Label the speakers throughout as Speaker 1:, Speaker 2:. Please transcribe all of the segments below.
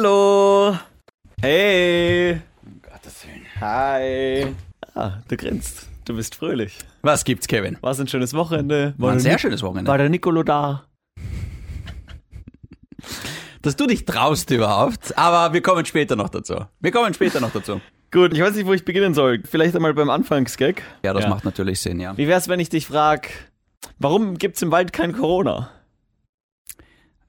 Speaker 1: Hallo! Hey!
Speaker 2: Um Gottes Willen.
Speaker 1: Hi! Ah, du grinst. Du bist fröhlich.
Speaker 2: Was gibt's, Kevin?
Speaker 1: Was ein schönes Wochenende.
Speaker 2: War ein
Speaker 1: der
Speaker 2: sehr
Speaker 1: Nic-
Speaker 2: schönes
Speaker 1: War
Speaker 2: Wochenende.
Speaker 1: der Nicolo da?
Speaker 2: Dass du dich traust überhaupt, aber wir kommen später noch dazu. Wir kommen später noch dazu.
Speaker 1: Gut, ich weiß nicht, wo ich beginnen soll. Vielleicht einmal beim Anfangsgag.
Speaker 2: Ja, das macht natürlich Sinn, ja.
Speaker 1: Wie wär's, wenn ich dich frag, warum gibt's im Wald kein Corona?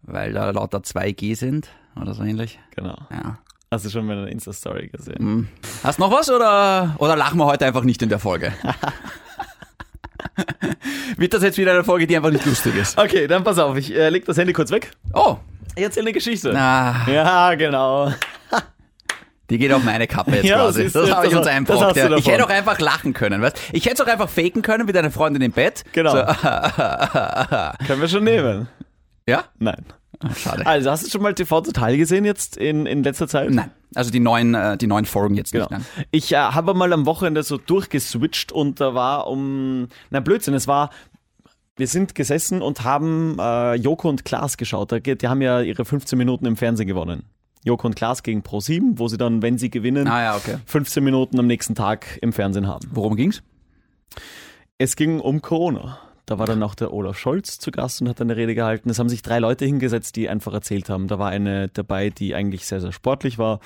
Speaker 2: Weil da lauter 2G sind oder so ähnlich.
Speaker 1: Genau.
Speaker 2: Ja.
Speaker 1: Hast du schon mal eine Insta-Story gesehen?
Speaker 2: Hm. Hast noch was oder, oder lachen wir heute einfach nicht in der Folge? Wird das jetzt wieder eine Folge, die einfach nicht lustig ist?
Speaker 1: Okay, dann pass auf, ich äh, leg das Handy kurz weg.
Speaker 2: Oh,
Speaker 1: Ich erzähl eine Geschichte.
Speaker 2: na,
Speaker 1: Ja, genau.
Speaker 2: die geht auf meine Kappe jetzt
Speaker 1: Ja,
Speaker 2: quasi.
Speaker 1: siehst du,
Speaker 2: Das habe
Speaker 1: das
Speaker 2: ich uns
Speaker 1: hast- das
Speaker 2: einbrockt.
Speaker 1: hast du
Speaker 2: Ja. Ich
Speaker 1: davon.
Speaker 2: hätte auch einfach lachen können, weißt Ich hätte es auch einfach faken können mit einer Freundin im Bett.
Speaker 1: Genau.
Speaker 2: So,
Speaker 1: Können wir schon nehmen.
Speaker 2: ja?
Speaker 1: Nein.
Speaker 2: Schade.
Speaker 1: Also, hast du schon mal TV Total gesehen jetzt in, in letzter Zeit?
Speaker 2: Nein, also die neuen, äh, die neuen Folgen jetzt
Speaker 1: Genau.
Speaker 2: nicht. Nein.
Speaker 1: Ich äh, habe mal am Wochenende so durchgeswitcht und da war um. Na, Blödsinn, es war. Wir sind gesessen und haben äh, Joko und Klaas geschaut. Da geht- Die haben ja ihre 15 Minuten im Fernsehen gewonnen. Joko und Klaas gegen Pro7, wo sie dann, wenn sie gewinnen,
Speaker 2: Ah ja, okay.
Speaker 1: 15 Minuten am nächsten Tag im Fernsehen haben.
Speaker 2: Worum ging's?
Speaker 1: Es ging um Corona. Da war dann auch der Olaf Scholz zu Gast und hat eine Rede gehalten. Es haben sich drei Leute hingesetzt, die einfach erzählt haben. Da war eine dabei, die eigentlich sehr, sehr sportlich war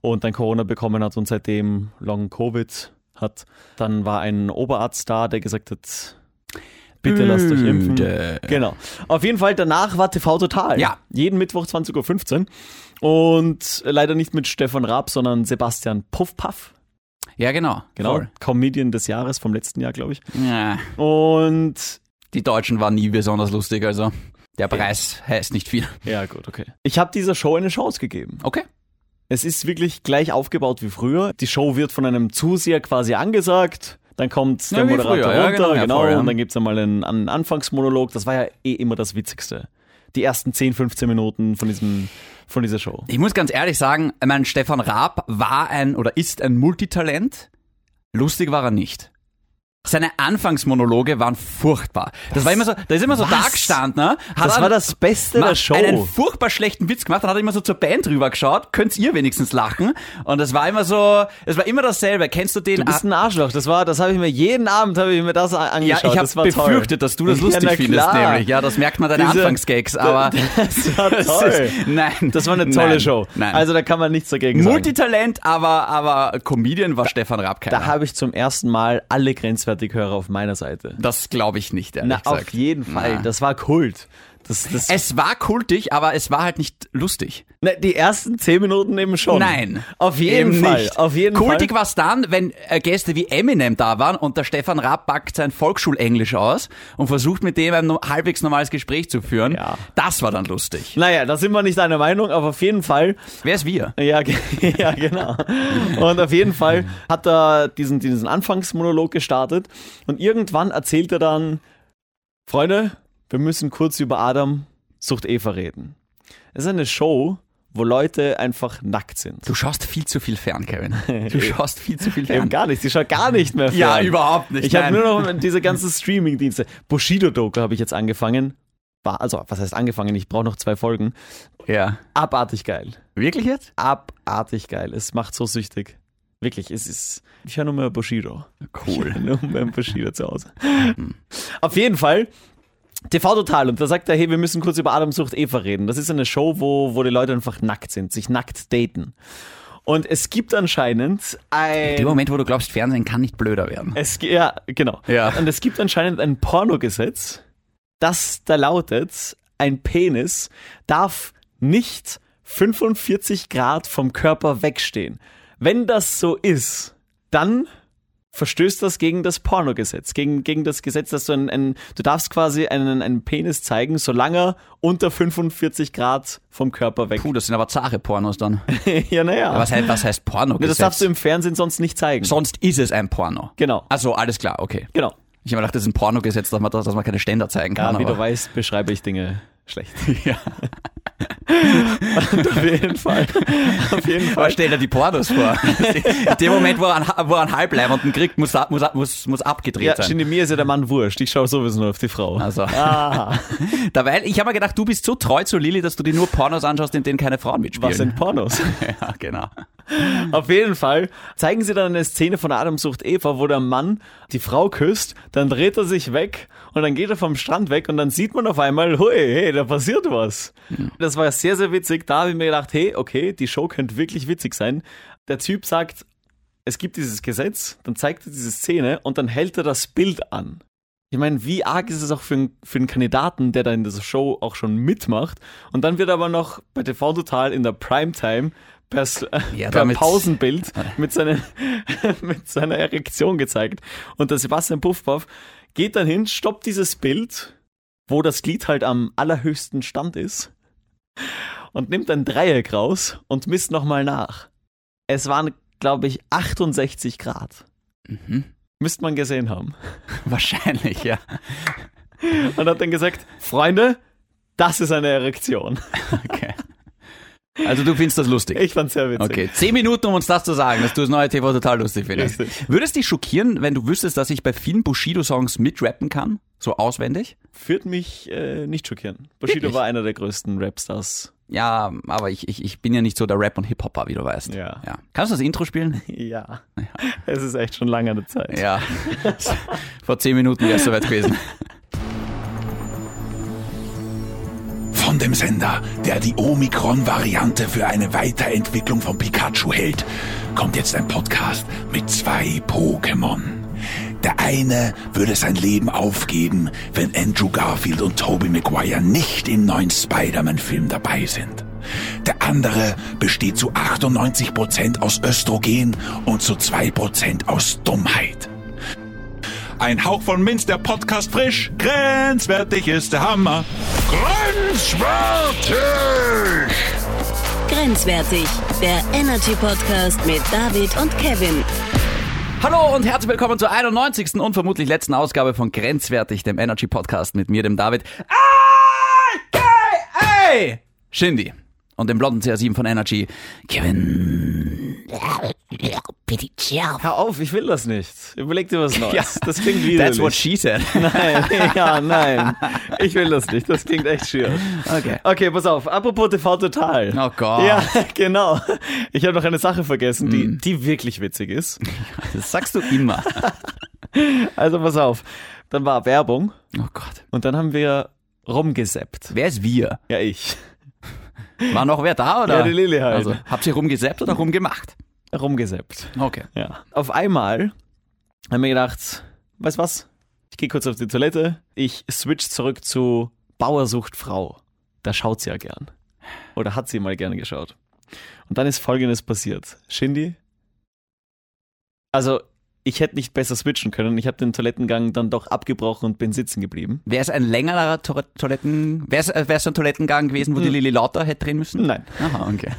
Speaker 1: und dann Corona bekommen hat und seitdem Long Covid hat. Dann war ein Oberarzt da, der gesagt hat, bitte lasst euch impfen.
Speaker 2: Blöde.
Speaker 1: Genau. Auf jeden Fall, danach war TV Total.
Speaker 2: Ja.
Speaker 1: Jeden Mittwoch 20.15 Uhr. Und leider nicht mit Stefan Raab, sondern Sebastian Puffpaff.
Speaker 2: Ja, genau.
Speaker 1: Genau.
Speaker 2: Voll.
Speaker 1: Comedian des Jahres vom letzten Jahr, glaube ich.
Speaker 2: Ja,
Speaker 1: Und
Speaker 2: die Deutschen waren nie besonders lustig, also der Preis heißt nicht viel.
Speaker 1: Ja, gut, okay. Ich habe dieser Show eine Chance gegeben.
Speaker 2: Okay.
Speaker 1: Es ist wirklich gleich aufgebaut wie früher. Die Show wird von einem Zuseher quasi angesagt. Dann kommt
Speaker 2: Ja,
Speaker 1: der
Speaker 2: wie
Speaker 1: Moderator
Speaker 2: früher, ja,
Speaker 1: runter,
Speaker 2: genau,
Speaker 1: genau,
Speaker 2: ja, voll, ja.
Speaker 1: und dann gibt's einmal einen, einen Anfangsmonolog. Das war ja eh immer das Witzigste. Die ersten 10, 15 Minuten von, diesem, von dieser Show.
Speaker 2: Ich muss ganz ehrlich sagen, ich mein Stefan Raab war ein oder ist ein Multitalent. Lustig war er nicht. Seine Anfangsmonologe waren furchtbar. Das war immer so, da ist immer so
Speaker 1: Was?
Speaker 2: da gestanden, ne? Hat
Speaker 1: Das
Speaker 2: er-
Speaker 1: war das Beste
Speaker 2: Ma-
Speaker 1: der Show.
Speaker 2: einen furchtbar schlechten Witz gemacht, dann hat er immer so zur Band rüber geschaut, könnt ihr wenigstens lachen. Und das war immer so, es war immer dasselbe. Kennst du den?
Speaker 1: Du bist ein Arschloch. Das war, das habe ich mir jeden Abend habe ich mir das a-
Speaker 2: ja,
Speaker 1: angeschaut.
Speaker 2: ich
Speaker 1: das war
Speaker 2: habe befürchtet,
Speaker 1: toll.
Speaker 2: dass du das
Speaker 1: Ja,
Speaker 2: lustig
Speaker 1: na
Speaker 2: findest,
Speaker 1: klar.
Speaker 2: nämlich. Ja, das merkt man deine
Speaker 1: Diese-
Speaker 2: Anfangsgags, aber
Speaker 1: Das war
Speaker 2: Das
Speaker 1: toll.
Speaker 2: ist- nein,
Speaker 1: Das war eine tolle
Speaker 2: nein,
Speaker 1: Show.
Speaker 2: Nein.
Speaker 1: Also da kann man nichts dagegen sagen.
Speaker 2: Multitalent, aber aber Comedian war Stefan Raab keiner.
Speaker 1: Da habe ich zum ersten Mal alle Grenzwertighörer auf meiner Seite.
Speaker 2: das glaube ich nicht, ehrlich
Speaker 1: Na,
Speaker 2: gesagt.
Speaker 1: auf jeden Fall.
Speaker 2: Na.
Speaker 1: Das war Kult. Das, das,
Speaker 2: es war kultig, aber es war halt nicht lustig.
Speaker 1: Na, die ersten zehn Minuten eben schon.
Speaker 2: Nein.
Speaker 1: Auf jeden
Speaker 2: eben
Speaker 1: Fall.
Speaker 2: Nicht.
Speaker 1: Auf jeden
Speaker 2: Kultig
Speaker 1: Fall.
Speaker 2: war es dann, wenn äh, Gäste wie Eminem da waren und der Stefan Raab packt sein Volksschulenglisch aus und versucht mit dem ein no- halbwegs normales Gespräch zu führen.
Speaker 1: Ja.
Speaker 2: Das war dann lustig.
Speaker 1: Naja, da sind wir nicht einer Meinung, aber auf jeden Fall.
Speaker 2: Wer ist wir?
Speaker 1: Ja, ge- ja genau. Und auf jeden Fall hat er diesen, diesen Anfangsmonolog gestartet und irgendwann erzählt er dann, Freunde, wir müssen kurz über Adam sucht Eva reden. Es ist eine Show, wo Leute einfach nackt sind.
Speaker 2: Du schaust viel zu viel fern, Kevin. Du schaust viel zu viel
Speaker 1: Eben
Speaker 2: fern.
Speaker 1: gar nicht. Sie schaut gar nicht mehr fern.
Speaker 2: Ja, überhaupt nicht.
Speaker 1: Ich habe
Speaker 2: nein.
Speaker 1: nur noch um diese ganzen Streaming-Dienste. Bushido-Doku habe ich jetzt angefangen. War, also, was heißt angefangen? Ich brauche noch zwei Folgen.
Speaker 2: Ja.
Speaker 1: Abartig geil.
Speaker 2: Wirklich jetzt?
Speaker 1: Abartig geil. Es macht so süchtig. Wirklich, es ist. Ich höre nur mehr Bushido.
Speaker 2: Cool. Mhm.
Speaker 1: Ich höre nur mehr Bushido zu Hause. Auf jeden Fall. TV Total und da sagt er, hey, wir müssen kurz über Adam sucht Eva reden. Das ist eine Show, wo, wo die Leute einfach nackt sind, sich nackt daten. Und es gibt anscheinend ein...
Speaker 2: Der Moment, wo du glaubst, Fernsehen kann nicht blöder werden.
Speaker 1: Es, gi- ja, genau.
Speaker 2: Ja.
Speaker 1: Und es gibt anscheinend ein Pornogesetz, das da lautet, ein Penis darf nicht 45 Grad vom Körper wegstehen. Wenn das so ist, dann verstößt das gegen das Pornogesetz, gegen, gegen das Gesetz, dass du ein, ein, du darfst quasi einen, einen Penis zeigen, solange er unter 45 Grad vom Körper weg.
Speaker 2: Puh, das sind aber zahre Pornos dann.
Speaker 1: ja, naja.
Speaker 2: Was heißt, was heißt Porno?
Speaker 1: das darfst du im Fernsehen sonst nicht zeigen.
Speaker 2: Sonst ist es ein Porno.
Speaker 1: Genau,
Speaker 2: Also alles klar, okay.
Speaker 1: genau.
Speaker 2: Ich habe mir gedacht, das ist ein Pornogesetz, dass man, dass man keine Ständer zeigen
Speaker 1: Ja,
Speaker 2: kann.
Speaker 1: wie
Speaker 2: aber
Speaker 1: du weißt, beschreibe ich Dinge Schlecht.
Speaker 2: Ja.
Speaker 1: auf jeden Fall. Auf jeden
Speaker 2: Aber
Speaker 1: Fall.
Speaker 2: stell dir die Pornos vor. In dem Moment, wo er einen, wo er einen Halbleibenden kriegt, muss, ab- muss, ab- muss, muss abgedreht
Speaker 1: Ja,
Speaker 2: sein.
Speaker 1: Shindy, mir ist ja der Mann wurscht. Ich schaue sowieso nur auf die Frau.
Speaker 2: Also,
Speaker 1: Ah,
Speaker 2: dabei, ich habe mir gedacht, du bist so treu zu Lilly, dass du dir nur Pornos anschaust, in denen keine Frauen mitspielen.
Speaker 1: was sind Pornos?
Speaker 2: Ja, genau.
Speaker 1: Auf jeden Fall zeigen sie dann eine Szene von Adam sucht Eva, wo der Mann die Frau küsst, dann dreht er sich weg und dann geht er vom Strand weg und dann sieht man auf einmal, hui, hey, da passiert was. Das war sehr, sehr witzig. Da habe ich mir gedacht, hey, okay, die Show könnte wirklich witzig sein. Der Typ sagt, es gibt dieses Gesetz, dann zeigt er diese Szene und dann hält er das Bild an. Ich meine, wie arg ist es auch für, einen- für einen Kandidaten, der da in dieser Show auch schon mitmacht und dann wird aber noch bei TV Total in der Primetime per, S-
Speaker 2: Ja,
Speaker 1: per
Speaker 2: damit-
Speaker 1: Pausenbild mit, seiner mit seiner Erektion gezeigt. Und der Sebastian Puffpuff geht dann hin, stoppt dieses Bild, wo das Glied halt am allerhöchsten Stand ist und nimmt ein Dreieck raus und misst nochmal nach. Es waren, glaube ich, 68 Grad.
Speaker 2: Mhm.
Speaker 1: Müsste man gesehen haben.
Speaker 2: Wahrscheinlich, ja.
Speaker 1: Und hat dann gesagt, Freunde, das ist eine Erektion.
Speaker 2: Okay. Also du findest das lustig.
Speaker 1: Ich fand's sehr witzig.
Speaker 2: Okay, zehn Minuten, um uns das zu sagen, dass du das neue TV total lustig findest.
Speaker 1: Richtig.
Speaker 2: Würde es dich schockieren, wenn du wüsstest, dass ich bei vielen Bushido-Songs mitrappen kann? So auswendig?
Speaker 1: Führt mich äh, nicht schockieren. Bushido
Speaker 2: Wirklich?
Speaker 1: war einer der größten Rapstars.
Speaker 2: Ja, aber ich, ich, ich bin ja nicht so der Rap- und Hip-Hopper, wie du weißt.
Speaker 1: Ja.
Speaker 2: ja. Kannst du das Intro spielen?
Speaker 1: Ja. Es ist echt schon lange eine Zeit.
Speaker 2: Ja. Vor zehn Minuten wäre es soweit gewesen.
Speaker 3: Von dem Sender, der die Omikron-Variante für eine Weiterentwicklung von Pikachu hält, kommt jetzt ein Podcast mit zwei Pokémon. Der eine würde sein Leben aufgeben, wenn Andrew Garfield und Tobey Maguire nicht im neuen Spider-Man-Film dabei sind. Der andere besteht zu 98% aus Östrogen und zu 2% aus Dummheit. Ein Hauch von Minz, der Podcast frisch. Grenzwertig ist der Hammer. Grenzwertig!
Speaker 4: Grenzwertig, der Energy Podcast mit David und Kevin.
Speaker 2: Hallo und herzlich willkommen zur 91. und vermutlich letzten Ausgabe von Grenzwertig, dem Energy Podcast mit mir, dem David. AKA Shindy und dem blonden CR7 von Energy, Kevin.
Speaker 1: Hör auf, ich will das nicht. Überleg dir was Neues. Das klingt widerlich.
Speaker 2: That's what she said.
Speaker 1: Nein, ja, nein. Ich will das nicht. Das klingt echt schier.
Speaker 2: Okay.
Speaker 1: Okay, pass auf. Apropos TV Total.
Speaker 2: Oh Gott.
Speaker 1: Ja, genau. Ich habe noch eine Sache vergessen, die, die wirklich witzig ist.
Speaker 2: Das sagst du immer.
Speaker 1: Also pass auf. Dann war Werbung
Speaker 2: Oh Gott.
Speaker 1: und dann haben wir rumgeseppt.
Speaker 2: Wer ist wir?
Speaker 1: Ja, ich.
Speaker 2: War noch wer da oder?
Speaker 1: Ja, die Lilly halt.
Speaker 2: Also, habt ihr rumgesäppt oder rumgemacht?
Speaker 1: Rumgeseppt.
Speaker 2: Okay.
Speaker 1: Ja. Auf einmal haben wir gedacht, weißt was? Ich gehe kurz auf die Toilette. Ich switch zurück zu Bauer sucht Frau. Da schaut sie ja gern. Oder hat sie mal gerne geschaut. Und dann ist folgendes passiert. Shindy, also ich hätte nicht besser switchen können. Ich habe den Toilettengang dann doch abgebrochen und bin sitzen geblieben.
Speaker 2: Wäre es ein längerer Toil- Toiletten, wäre es, äh, wäre es ein Toilettengang gewesen, wo die Lilly lauter hätte drehen müssen?
Speaker 1: Nein.
Speaker 2: Aha, okay.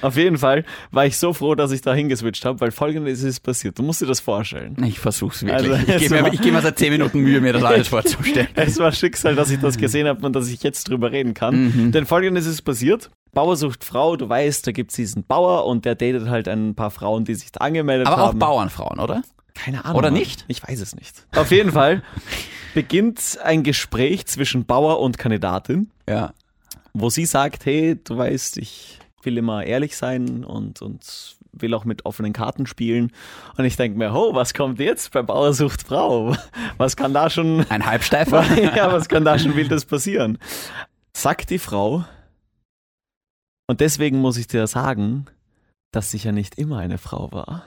Speaker 1: Auf jeden Fall war ich so froh, dass ich da hingeswitcht habe, weil folgendes ist passiert. Du musst dir das vorstellen.
Speaker 2: Ich versuch's wirklich.
Speaker 1: Also,
Speaker 2: ich gebe mir,
Speaker 1: es
Speaker 2: ich gebe mir seit 10 Minuten Mühe, mir das alles vorzustellen.
Speaker 1: Es war Schicksal, dass ich das gesehen habe und dass ich jetzt drüber reden kann.
Speaker 2: Mhm.
Speaker 1: Denn folgendes ist passiert. Bauer sucht Frau, du weißt, da gibt es diesen Bauer und der datet halt ein paar Frauen, die sich da angemeldet
Speaker 2: Aber auch
Speaker 1: haben.
Speaker 2: Bauernfrauen, oder?
Speaker 1: Keine Ahnung.
Speaker 2: Oder
Speaker 1: Mann.
Speaker 2: nicht?
Speaker 1: Ich weiß es nicht. Auf jeden Fall beginnt ein Gespräch zwischen Bauer und Kandidatin,
Speaker 2: Ja.
Speaker 1: wo sie sagt, hey, du weißt, ich will immer ehrlich sein und, und will auch mit offenen Karten spielen. Und ich denke mir, oh, was kommt jetzt bei Bauer sucht Frau? Was kann da schon
Speaker 2: Ein Halbsteifer?
Speaker 1: ja, was kann da schon Wildes passieren? Sagt die Frau, und deswegen muss ich dir sagen, dass ich ja nicht immer eine Frau war.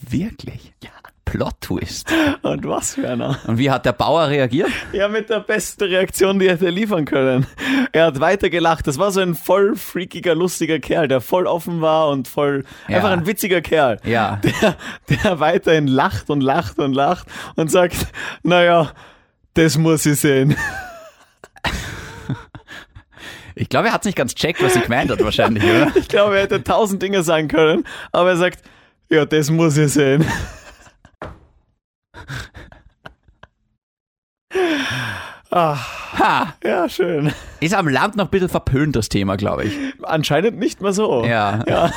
Speaker 2: Wirklich? Ja. Plot-Twist.
Speaker 1: Und was für einer?
Speaker 2: Und wie hat der Bauer reagiert?
Speaker 1: Ja, mit der besten Reaktion, die er hätte liefern können. Er hat weitergelacht. Das war so ein voll freakiger, lustiger Kerl, der voll offen war und voll
Speaker 2: Ja.
Speaker 1: einfach ein witziger Kerl.
Speaker 2: Ja.
Speaker 1: Der, der weiterhin lacht und lacht und lacht und sagt, naja, das muss ich sehen.
Speaker 2: Ich glaube, er hat nicht ganz checkt, was sie gemeint hat, wahrscheinlich, oder?
Speaker 1: Ich glaube, er hätte tausend Dinge sagen können, aber er sagt, ja, das muss ich sehen. Ah,
Speaker 2: Ha!
Speaker 1: Ja, schön.
Speaker 2: Ist am Land noch ein bisschen verpönt, das Thema, glaube ich.
Speaker 1: Anscheinend nicht mehr so.
Speaker 2: Ja.
Speaker 1: Ja,